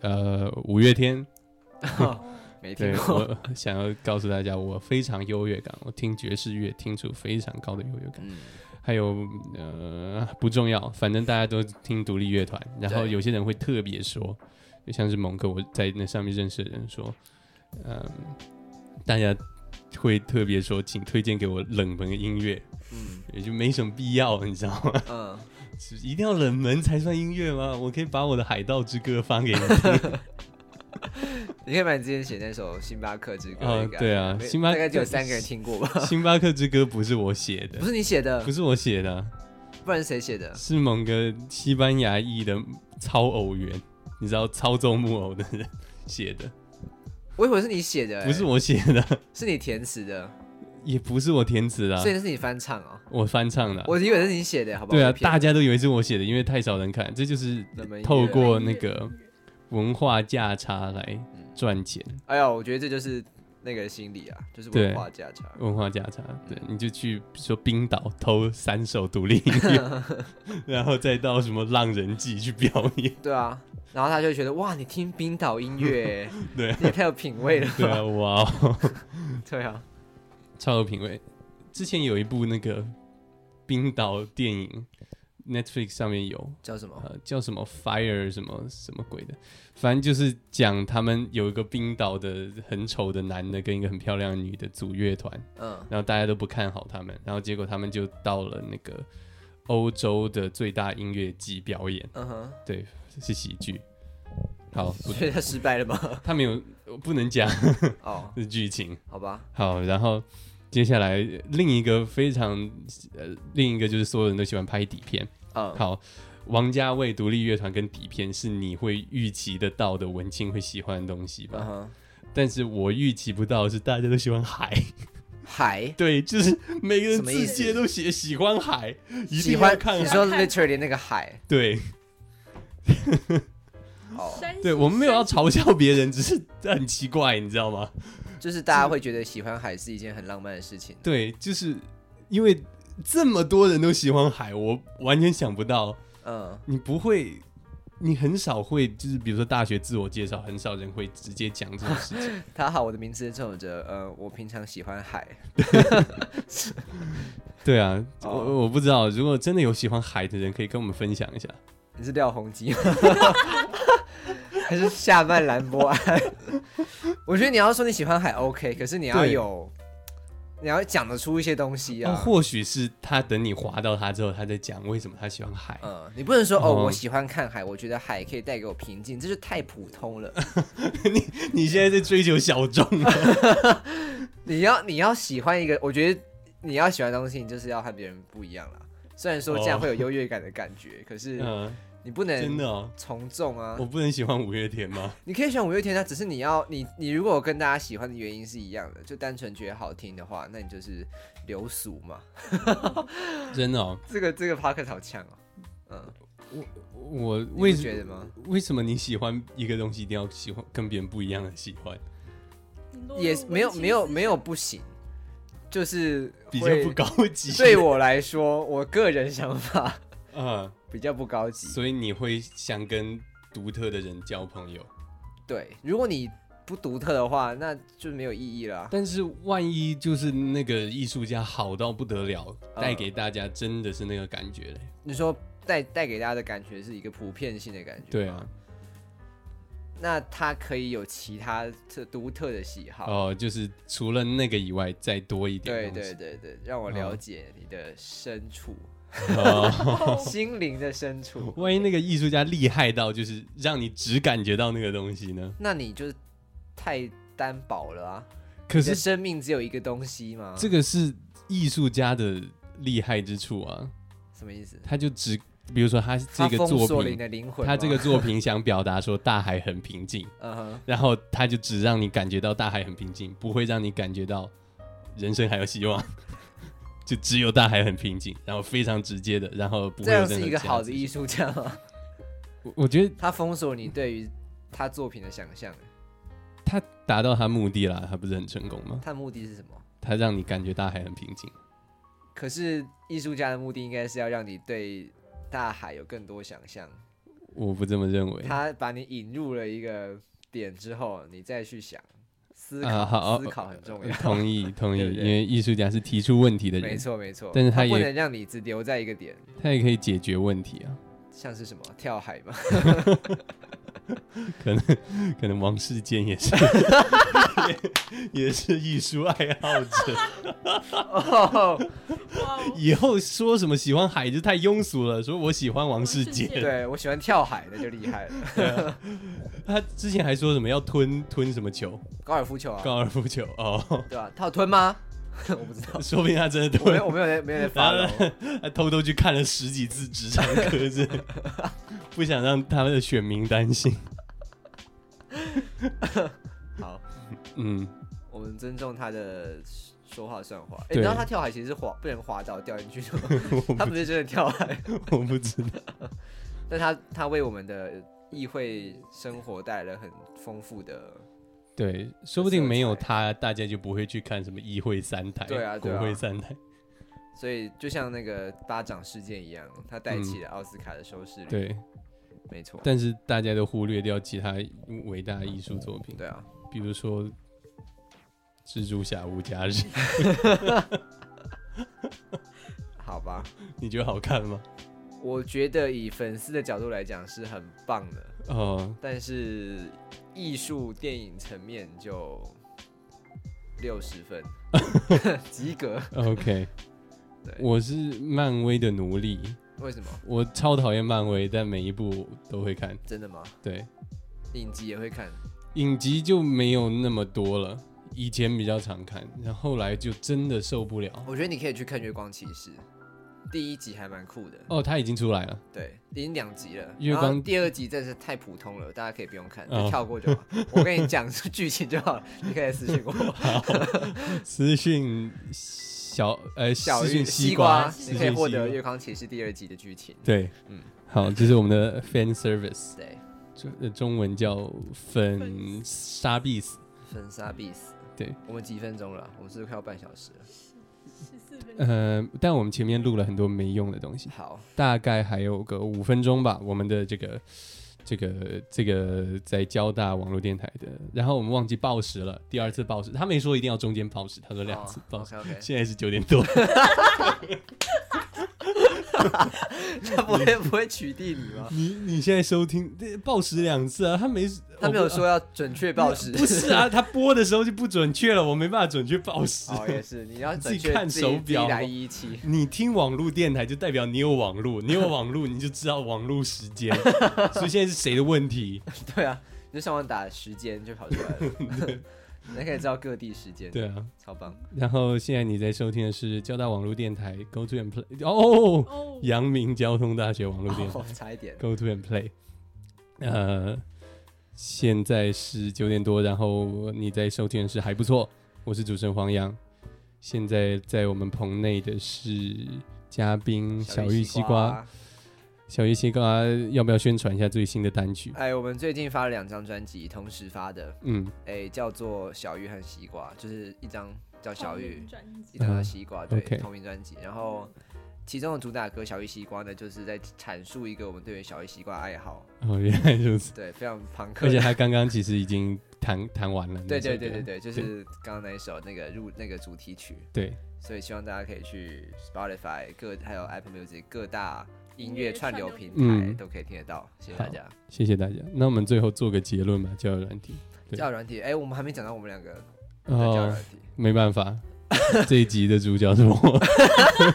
Speaker 1: 呃五月天，
Speaker 2: 没听
Speaker 1: 对
Speaker 2: 过。
Speaker 1: 我想要告诉大家，我非常优越感，我听爵士乐听出非常高的优越感。
Speaker 2: 嗯，
Speaker 1: 还有呃不重要，反正大家都听独立乐团，然后
Speaker 2: 对
Speaker 1: 有些人会特别说，就像是某个我在那上面认识的人说，嗯、大家会特别说，请推荐给我冷门音乐，
Speaker 2: 嗯
Speaker 1: 也就没什么必要，你知道吗？
Speaker 2: 嗯，
Speaker 1: 是一定要冷门才算音乐吗？我可以把我的《海盗之歌》发给你
Speaker 2: 你可以把你之前写那首《星巴克之歌》
Speaker 1: 啊
Speaker 2: 应该
Speaker 1: 对啊
Speaker 2: 没
Speaker 1: 星巴
Speaker 2: 大概只有
Speaker 1: 克
Speaker 2: 三个人听过吧？
Speaker 1: 星巴克之歌》不是我写
Speaker 2: 不
Speaker 1: 的，
Speaker 2: 是你写的
Speaker 1: 不，是我写的，啊
Speaker 2: 不然谁写的？
Speaker 1: 是某个西班牙裔的操偶员，你知道操纵木偶的人写的，
Speaker 2: 我以为是你写的、欸，
Speaker 1: 不是，我写的，
Speaker 2: 是你填词的，
Speaker 1: 也不是我填词的啊
Speaker 2: 所以，那是你翻唱哦、
Speaker 1: 我翻唱的啊。
Speaker 2: 我以为是你写的，好不好？
Speaker 1: 对啊，
Speaker 2: 我骗
Speaker 1: 大
Speaker 2: 你
Speaker 1: 家都以为是我写的，因为太少人看，这就是
Speaker 2: 冷门音乐
Speaker 1: 透过那个文化价差来赚钱。
Speaker 2: 哎呀，我觉得这就是那个心理啊，就是
Speaker 1: 对
Speaker 2: 文化价啊差。
Speaker 1: 文化价差，对，
Speaker 2: 嗯
Speaker 1: 你就去比如说冰岛偷三首独立音 乐，然后再到什么浪人祭去表演，
Speaker 2: 对啊，然后他就觉得哇，你听冰岛音乐欸，
Speaker 1: 对啊
Speaker 2: 你也太有品味了
Speaker 1: 对啊，
Speaker 2: 吧？
Speaker 1: 哇、哦，
Speaker 2: 对啊，
Speaker 1: 超有品味。之前有一部那个冰岛电影，Netflix 上面有，
Speaker 2: 叫什么？
Speaker 1: 呃，叫什么 Fire 什么什么鬼的，反正就是讲他们有一个冰岛的很丑的男的跟一个很漂亮的女的组乐团，
Speaker 2: 嗯
Speaker 1: 然后大家都不看好他们，然后结果他们就到了那个欧洲的最大音乐季表演，
Speaker 2: 嗯哼，
Speaker 1: 对，是喜剧。好，不，
Speaker 2: 所以他失败了 吗？
Speaker 1: 他没有，我不能讲
Speaker 2: 哦，
Speaker 1: 是剧情。
Speaker 2: 好吧，
Speaker 1: 好，然后接下来呃另一个非常呃，另一个就是所有人都喜欢拍底片。
Speaker 2: 嗯，
Speaker 1: 好，王家卫独立乐团跟底片是你会预期得到的文青会喜欢的东西
Speaker 2: 嗯
Speaker 1: 吧？
Speaker 2: 哼，
Speaker 1: 但是我预期不到的是大家都喜欢 海。
Speaker 2: 海
Speaker 1: 对，就是每个人
Speaker 2: 什么
Speaker 1: 字
Speaker 2: 意思
Speaker 1: 节都写喜欢海，一定
Speaker 2: 喜
Speaker 1: 要
Speaker 2: 欢
Speaker 1: 看
Speaker 2: 你
Speaker 1: 海。
Speaker 2: 说 literally 那个海
Speaker 1: 对
Speaker 2: 哦，
Speaker 5: 山西
Speaker 1: 对，我们没有要嘲笑别人，只是很奇怪，你知道吗？
Speaker 2: 就是大家会觉得喜欢海是一件很浪漫的事情。
Speaker 1: 对，就是因为这么多人都喜欢海，我完全想不到，
Speaker 2: 嗯，
Speaker 1: 你不会，你很少会，就是比如说大学自我介绍，很少人会直接讲这种事情。
Speaker 2: 他好，我的名字是郑有哲，呃，我平常喜欢海，
Speaker 1: 对啊，
Speaker 2: 哦
Speaker 1: 我我不知道，如果真的有喜欢海的人，可以跟我们分享一下。
Speaker 2: 你是廖鸿 基吗？还是下半 兰博安？我觉得你要说你喜欢还 OK，可是你要
Speaker 1: 对
Speaker 2: 有你要讲得出一些东西
Speaker 1: 哦，
Speaker 2: 啊。
Speaker 1: 或许是他等你滑到他之后，他在讲为什么他喜欢海。
Speaker 2: 嗯，你不能说哦，
Speaker 1: 哦
Speaker 2: 我喜欢看海，我觉得海可以带给我平静，这就太普通了。
Speaker 1: 你现在在追求小 众啊，
Speaker 2: 你要你要喜欢一个，我觉得你要喜欢的东西，你就是要和别人不一样啦。虽然说这样
Speaker 1: 哦
Speaker 2: 会有优越感的感觉，可是
Speaker 1: 嗯，
Speaker 2: 你不
Speaker 1: 真
Speaker 2: 能
Speaker 1: 的哦，
Speaker 2: 从众啊
Speaker 1: 我。不能喜欢五月天 吗？
Speaker 2: 你可以喜欢五月天啊，只是你要你你如果跟大家喜欢的原因是一样的，就单纯觉得好听的话，那你就是流俗嘛。
Speaker 1: 真的哦，
Speaker 2: 这个这个 Pocket 好强哦，嗯，
Speaker 1: 我
Speaker 2: 你
Speaker 1: 为
Speaker 2: 不
Speaker 1: 什
Speaker 2: 觉得吗？
Speaker 1: 为什么你喜欢一个东西一定要喜欢跟别人不一样的喜欢，
Speaker 2: 也没有没有没有不行，就是
Speaker 1: 比较
Speaker 2: 会
Speaker 1: 不高级？
Speaker 2: 对我来说，我个人想法
Speaker 1: 嗯，
Speaker 2: 比较不高级。
Speaker 1: 所以你会想跟独特的人交朋友，
Speaker 2: 对，如果你不独特的话，那就没有意义了啊。
Speaker 1: 但是万一就是那个艺术家好到不得了，
Speaker 2: 嗯
Speaker 1: 带给大家真的是那个感觉嘞。
Speaker 2: 你说带带给大家的感觉是一个普遍性的感觉，
Speaker 1: 对啊，，
Speaker 2: 那他可以有其他特独特的喜好。
Speaker 1: 哦、就是除了那个以外，再多一
Speaker 2: 对
Speaker 1: 点东
Speaker 2: 对
Speaker 1: 西。
Speaker 2: 对对，让我了
Speaker 1: 嗯
Speaker 2: 解你的深处，
Speaker 1: 哦
Speaker 2: 心灵的深处。
Speaker 1: 万一那个艺术家厉害到就是让你只感觉到那个东西呢？
Speaker 2: 那你就是太单薄了啊！
Speaker 1: 可
Speaker 2: 你
Speaker 1: 是
Speaker 2: 的生命只有一个东西吗？
Speaker 1: 这个是艺术家的厉害之处啊，
Speaker 2: 什么意思？
Speaker 1: 他就只比如说他这
Speaker 2: 他
Speaker 1: 个
Speaker 2: 封
Speaker 1: 作
Speaker 2: 锁了你
Speaker 1: 品，
Speaker 2: 的灵魂吗。
Speaker 1: 他这个作品想表达说大海很平静，
Speaker 2: 嗯哼，
Speaker 1: 然后他就只让你感觉到大海很平静，不会让你感觉到人生还有希望， 就只有大海很平静，然后非常直接的，然后不会
Speaker 2: 这
Speaker 1: 有
Speaker 2: 样
Speaker 1: 任
Speaker 2: 是
Speaker 1: 何
Speaker 2: 一个
Speaker 1: 价
Speaker 2: 好
Speaker 1: 值
Speaker 2: 的艺术家吗？
Speaker 1: 我我觉得
Speaker 2: 他封锁你对于他作品的想象，
Speaker 1: 他达到他目的啦，他不是很成功吗？
Speaker 2: 他的目的是什么？
Speaker 1: 他让你感觉大海很平静。
Speaker 2: 可是艺术家的目的应该是要让你对大海有更多想象。
Speaker 1: 我不这么认为。
Speaker 2: 他把你引入了一个点之后，你再去想思考，
Speaker 1: 啊好呃
Speaker 2: 思考很重要。
Speaker 1: 同 意同意，
Speaker 2: 对不对
Speaker 1: 因为艺术家是提出问题的
Speaker 2: 没
Speaker 1: 人，
Speaker 2: 错没错，
Speaker 1: 但是他
Speaker 2: 他不
Speaker 1: 也
Speaker 2: 能让你只留在一个点，
Speaker 1: 他也可以解决问题啊。
Speaker 2: 像是什么跳海 嘛，
Speaker 1: 可能可能 王世坚也是 也也是艺术爱好者，
Speaker 2: 哦
Speaker 1: 以后说什么喜欢海就太庸俗了，说我喜欢王世
Speaker 5: 王世
Speaker 1: 坚，
Speaker 5: 坚
Speaker 2: 对我喜欢跳海，那就厉害了。
Speaker 1: 他之前还说什么要吞吞什么球，
Speaker 2: 高尔夫球啊，
Speaker 1: 高尔夫球 哦，
Speaker 2: 对吧、他有吞吗？我不知道，
Speaker 1: 说不定他真的
Speaker 2: 我没
Speaker 1: 吞
Speaker 2: 有，我没有在 没有在发
Speaker 1: 然后他偷偷去看了十几次职场课，是 不想让他们的选民担心。
Speaker 2: 好，
Speaker 1: 嗯，
Speaker 2: 我们尊重他的说话算话。哎、
Speaker 1: 对
Speaker 2: 你知道他跳海其实是滑，被人滑倒掉进去的吗， 他不是真的跳海，
Speaker 1: 我不知道。
Speaker 2: 但他他为我们的议会生活带来了很丰富的。
Speaker 1: 对，说不定没有他，大家就不会去看什么议会三台、
Speaker 2: 对啊对
Speaker 1: 国
Speaker 2: 啊
Speaker 1: 会三台。
Speaker 2: 所以就像那个巴掌事件一样，他带起了奥斯卡的收视率。，
Speaker 1: 嗯对，
Speaker 2: 没错。
Speaker 1: 但是大家都忽略掉其他伟大的艺术作品，
Speaker 2: 对啊，
Speaker 1: 比如说《蜘蛛侠：无家日》，
Speaker 2: 好吧，
Speaker 1: 你觉得好看吗？
Speaker 2: 我觉得以粉丝的角度来讲是很棒的，
Speaker 1: 哦、
Speaker 2: 但是艺术电影层面就六十 分，及格。
Speaker 1: o k
Speaker 2: 对
Speaker 1: 我是漫威的奴隶，
Speaker 2: 为什么？
Speaker 1: 我超讨厌漫威，但每一部都会看。
Speaker 2: 真的吗？
Speaker 1: 对，
Speaker 2: 影集也会看，
Speaker 1: 影集就没有那么多了，以前比较常看，然后后来就真的受不了。
Speaker 2: 我觉得你可以去看《月光骑士》，第一集还蛮酷的。
Speaker 1: 哦，他已经出来了。
Speaker 2: 对，已经两集了，
Speaker 1: 月
Speaker 2: 然后
Speaker 1: 光
Speaker 2: 第二集真的是太普通了，大家可以不用看，
Speaker 1: 哦
Speaker 2: 就跳 过就好。我跟你讲剧情就好了，你可以来私信我。
Speaker 1: 私讯小呃，
Speaker 2: 小
Speaker 1: 私
Speaker 2: 玉
Speaker 1: 讯
Speaker 2: 西
Speaker 1: 瓜，
Speaker 2: 瓜，
Speaker 1: 私
Speaker 2: 你
Speaker 1: 讯
Speaker 2: 可以获得《
Speaker 1: 西瓜
Speaker 2: 月光骑士》第二集的剧情。
Speaker 1: 对，
Speaker 2: 嗯
Speaker 1: 好，这是我们的 fan service，
Speaker 2: 对，
Speaker 1: 中呃中文叫粉
Speaker 5: 粉
Speaker 1: 沙必死，
Speaker 2: 粉杀必死。
Speaker 1: 对，
Speaker 2: 我们几分钟了，我们是不是快要半小时了？
Speaker 5: 十四分钟，
Speaker 1: 呃，但我们前面录了很多没用的东西，
Speaker 2: 好，
Speaker 1: 大概还有个五分钟吧，我们的这个。这个这个在交大网络电台的，然后我们忘记报时了，第二次报时，他没说一定要中
Speaker 2: 哦
Speaker 1: 间报时，他说两次报时，
Speaker 2: OK OK。
Speaker 1: 现在是九点多，
Speaker 2: 他不会不会取缔你吗？
Speaker 1: 你你现在收听这暴食两次啊，他没
Speaker 2: 他没有说要准确报时，
Speaker 1: 不 是啊，他播的时候就不准确了，我没办法准确报时。
Speaker 2: 哦，也是，你要
Speaker 1: 自己
Speaker 2: 准确
Speaker 1: 看
Speaker 2: 自
Speaker 1: 手
Speaker 2: 己自己
Speaker 1: 表
Speaker 2: 来一期。
Speaker 1: 你听网络电台就代表你有网络，你有网络你就知道网络时间，所以现在是谁的问题？
Speaker 2: 对啊，你就上网打时间就跑出 来了，那可以知道各地时间，
Speaker 1: 对，啊，
Speaker 2: 超棒。
Speaker 1: 然后现在你在收听的是交大网络电台 Go to and Play 哦，
Speaker 5: 哦，
Speaker 1: 阳明交通大学网络电台
Speaker 2: 哦，差一点，
Speaker 1: Go to and Play，呃，现在是九点多，然后你在收听的是还不错，我是主持人黄洋，现在在我们棚内的是嘉宾小玉西瓜。
Speaker 2: 瓜。
Speaker 1: 小鱼西瓜要不要宣传一下最新的单曲？
Speaker 2: 哎，我们最近发了两张专辑，同时发的，
Speaker 1: 嗯，
Speaker 2: 哎，叫做《小玉》和《西瓜》，就是一张
Speaker 5: 哦
Speaker 2: 叫《小玉》，
Speaker 5: 专辑
Speaker 2: 一张叫
Speaker 1: 嗯
Speaker 2: 《西瓜》，对
Speaker 1: OK
Speaker 2: 同名专辑。然后其中的主打歌《小玉西瓜》呢，就是在阐述一个我们对于小玉西瓜的爱好，
Speaker 1: 哦，原来如此。
Speaker 2: 对，非常朋克
Speaker 1: 而且
Speaker 2: 的。
Speaker 1: 他刚刚其实已经弹弹完了。
Speaker 2: 对
Speaker 1: 那首歌
Speaker 2: 对对对对，就是刚刚那一首那个入那个主题曲，
Speaker 1: 对
Speaker 2: 所以希望大家可以去 Spotify 各还有 Apple Music 各大音
Speaker 5: 音乐
Speaker 2: 乐
Speaker 5: 串
Speaker 2: 串流
Speaker 5: 流
Speaker 2: 平
Speaker 1: 平台
Speaker 2: 台
Speaker 1: 嗯
Speaker 2: 都可以听得到，谢谢大
Speaker 1: 好
Speaker 2: 家。
Speaker 1: 谢谢大家。那我们最后做个结论吧，交友软体。对
Speaker 2: 教软体，哎，我们还没讲到我们两个的教
Speaker 1: 哦
Speaker 2: 软，体。
Speaker 1: 没办法， 这一集的主角是我。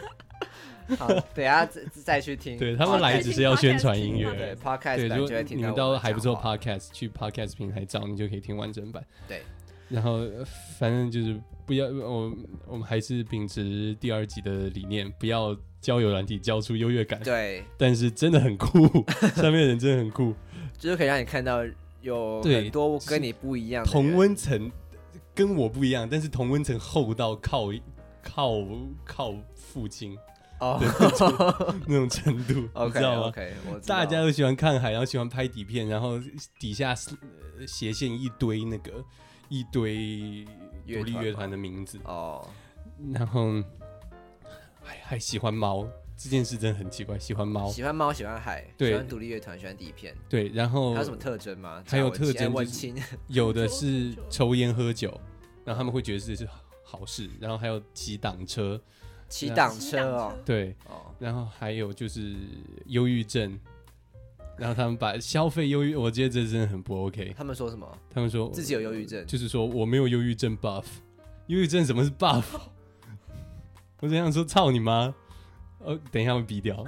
Speaker 2: 好，等一下再再去听。
Speaker 1: 对他们来只是要宣传音乐。
Speaker 2: 哦
Speaker 1: 对，
Speaker 2: 对 Podcast 版
Speaker 1: 如果
Speaker 2: 就会
Speaker 1: 你
Speaker 2: 听到
Speaker 1: 们
Speaker 2: 我
Speaker 1: 到
Speaker 2: 们
Speaker 1: 还不
Speaker 2: 讲
Speaker 1: 错
Speaker 2: 话
Speaker 1: Podcast 去 Podcast 平台找，你就可以听完整版。
Speaker 2: 对。
Speaker 1: 然后呃反正就是不要，我我们还是秉持第二集的理念，不要交友软体交出优越感。
Speaker 2: 对，
Speaker 1: 但是真的很 酷，上面的人真的很酷，
Speaker 2: 就是可以让你看到有
Speaker 1: 对
Speaker 2: 很多跟你不一样的人
Speaker 1: 同温层跟我不一样，但是同温层厚到靠靠靠父亲
Speaker 2: 哦。
Speaker 1: 那种程度，你
Speaker 2: OK
Speaker 1: 知道吗？
Speaker 2: OK，我知道
Speaker 1: 大家都喜欢看海，然后喜欢拍底片，然后底下是呃斜线一堆那个一堆独立乐团的名字，
Speaker 2: 哦，
Speaker 1: 然后还还喜欢猫这件事真的很奇怪，喜欢猫
Speaker 2: 喜欢猫，喜欢海，
Speaker 1: 对
Speaker 2: 喜欢独立乐团，喜欢底片，
Speaker 1: 对，然后
Speaker 2: 还有什么特征吗？
Speaker 1: 还有特征
Speaker 2: 哎
Speaker 1: 就是啊
Speaker 2: 文青，
Speaker 1: 有的是抽烟喝酒，然后他们会觉得这是好事，然后还有骑挡车，
Speaker 2: 骑挡车
Speaker 5: 骑
Speaker 2: 哦
Speaker 5: 挡，
Speaker 1: 对，
Speaker 2: 哦，
Speaker 1: 然后还有就是忧郁症，然后他们把消费忧郁，我觉得这真的很不 OK。
Speaker 2: 他们说什么？
Speaker 1: 他们说
Speaker 2: 自己有忧郁症，
Speaker 1: 就是说我没有忧郁症 buff，忧郁症什么是 buff？我只想说操你妈！呃，等一下会逼掉，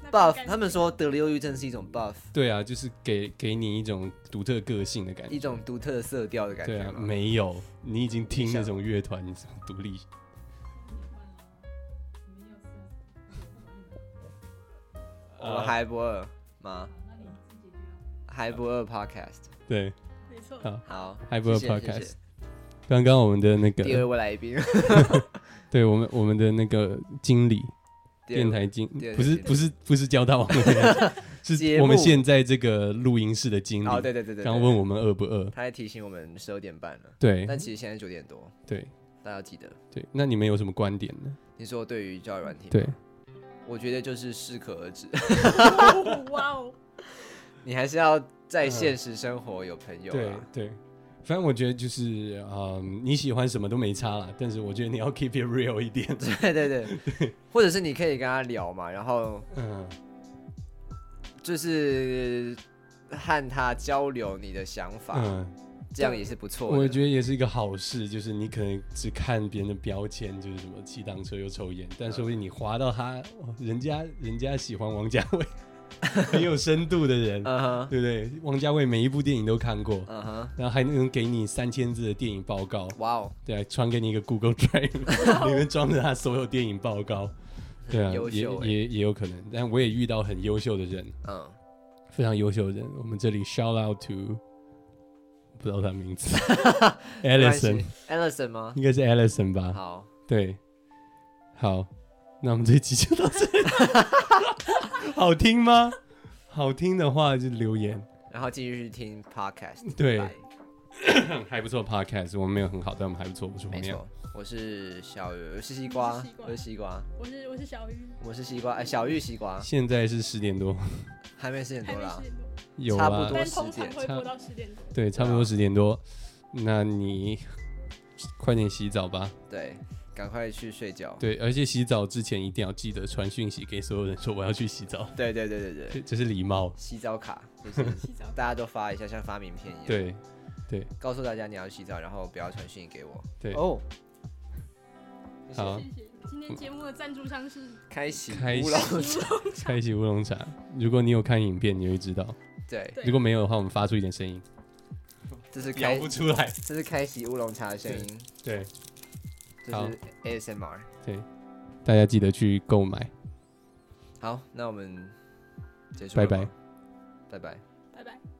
Speaker 5: 那
Speaker 2: buff，
Speaker 5: 干
Speaker 2: 他们说得了忧郁症是一种 buff，
Speaker 1: 对啊，就是给给你一种独特个性的感
Speaker 2: 一
Speaker 1: 觉。
Speaker 2: 种独特的色调的感
Speaker 1: 嗯对
Speaker 2: 觉
Speaker 1: 啊，
Speaker 2: 吗
Speaker 1: 没有，你已经听
Speaker 2: 你
Speaker 1: 那
Speaker 2: 想
Speaker 1: 种乐团，你这种独立
Speaker 2: 我们
Speaker 1: 啊
Speaker 2: 还不饿吗？还不饿 podcast，
Speaker 1: 对。
Speaker 5: 没错，
Speaker 1: 好，
Speaker 2: 好，
Speaker 1: 还不饿
Speaker 2: 谢谢
Speaker 1: podcast
Speaker 2: 谢谢
Speaker 1: 刚刚我们的那
Speaker 2: 第二
Speaker 1: 个，
Speaker 2: 位来宾，
Speaker 1: 对我们我们的那个经理，
Speaker 2: 第二
Speaker 1: 电
Speaker 2: 位
Speaker 1: 台经
Speaker 2: 第二位
Speaker 1: 不是
Speaker 2: 经理
Speaker 1: 不是不是交大网络电台
Speaker 2: 节
Speaker 1: 是
Speaker 2: 目
Speaker 1: 我们现在这个录音室的经理。
Speaker 2: 哦，对对对对，
Speaker 1: 刚问我们饿不饿？
Speaker 2: 他还提醒我们十二点半了，
Speaker 1: 对
Speaker 2: 但其实现在九点多，
Speaker 1: 对
Speaker 2: 大家要记得。
Speaker 1: 对，那你们有什么观点呢？
Speaker 2: 你说对于教育软体，
Speaker 1: 对，
Speaker 2: 我觉得就是适可而止，
Speaker 5: 哦哇哦，
Speaker 2: 你还是要在现实生活有朋友
Speaker 1: 对
Speaker 2: 啊。
Speaker 1: 对，反正我觉得就是，嗯，你喜欢什么都没差啦，但是我觉得你要 keep it real 一 点。
Speaker 2: 对对对， 或者是你可以跟他聊嘛，然后
Speaker 1: 嗯，
Speaker 2: 就是和他交流你的想法，
Speaker 1: 嗯，
Speaker 2: 这样也是不错的。
Speaker 1: 我觉得也是一个好事，就是你可能只看别人的标签，就是什么骑单车又抽烟，但说不定你滑到他，哦人家人家喜欢王家卫， 很有深度的人，
Speaker 2: 嗯哼，
Speaker 1: 对不对？王家卫每一部电影都看过，
Speaker 2: 嗯哼，
Speaker 1: 然后还能给你三千字的电影报告，
Speaker 2: 哇哦，
Speaker 1: 对啊，传给你一个 Google Drive，里面装着他所有电影报告，对啊
Speaker 2: 优，
Speaker 1: 也
Speaker 2: 秀欸
Speaker 1: 也也有可能，但我也遇到很优秀的人，
Speaker 2: 嗯，
Speaker 1: 非常优秀的人，我们这里 shout out to。不知道他名 字，Alison，
Speaker 2: Alison 吗？
Speaker 1: 应该是 Alison 吧？
Speaker 2: 好，
Speaker 1: 对，好，那我们这期就到这里。 好听吗？好听的话就留言，
Speaker 2: 然后继续去听 podcast，
Speaker 1: 对
Speaker 2: 拜
Speaker 1: 嗯还不错。Podcast 我们没有很好，但我们还不错。我是
Speaker 2: 没
Speaker 1: 黄
Speaker 2: 错
Speaker 1: 亮，，
Speaker 2: 我是小鱼，我是西瓜
Speaker 5: 我是西，瓜
Speaker 2: 我是西瓜，
Speaker 5: 我是我是小鱼，
Speaker 2: 我是西瓜，哎，小玉西瓜，
Speaker 1: 现在是十点多，
Speaker 2: 还没四点
Speaker 5: 还
Speaker 2: 多
Speaker 5: 没
Speaker 2: 啦
Speaker 5: 十，点多，
Speaker 1: 有
Speaker 2: 差不
Speaker 1: 啊，
Speaker 2: 多
Speaker 5: 但
Speaker 2: 十
Speaker 5: 通常
Speaker 2: 点
Speaker 5: 会
Speaker 1: 差
Speaker 5: 播到十点多。
Speaker 1: 对，差不多十点多。那你快点洗澡吧，
Speaker 2: 对，赶快去睡觉。
Speaker 1: 对，而且洗澡之前一定要记得传讯息给所有人说我要去洗澡，
Speaker 2: 对对对对对，
Speaker 1: 这是礼貌。
Speaker 2: 洗澡卡 就是
Speaker 5: 洗澡
Speaker 2: 大家都发一下，像发名片一样。，
Speaker 1: 对，
Speaker 2: 告诉大家你要去洗澡，然后不要传讯息给我。
Speaker 1: 对
Speaker 2: 哦，
Speaker 1: 好，
Speaker 5: 谢谢。今天节目的赞助商 是
Speaker 2: 开洗
Speaker 1: 开
Speaker 2: 乌
Speaker 1: 洗
Speaker 2: 龙
Speaker 5: 乌
Speaker 2: 茶。
Speaker 5: 龙茶，
Speaker 1: 开启乌龙茶。如果你有看影片，你会知道；
Speaker 2: 对，
Speaker 5: 对
Speaker 1: 如果没有的话，我们发出一点声音，
Speaker 2: 这是
Speaker 1: 摇
Speaker 2: 开
Speaker 1: 不出来。
Speaker 2: 这是开洗乌龙茶的声音，
Speaker 1: 对，
Speaker 2: 这
Speaker 1: 好
Speaker 2: 是 ASMR。
Speaker 1: 大家记得去购买。
Speaker 2: 好，那我们结束，
Speaker 1: 拜拜，
Speaker 2: 拜拜。
Speaker 5: 拜拜。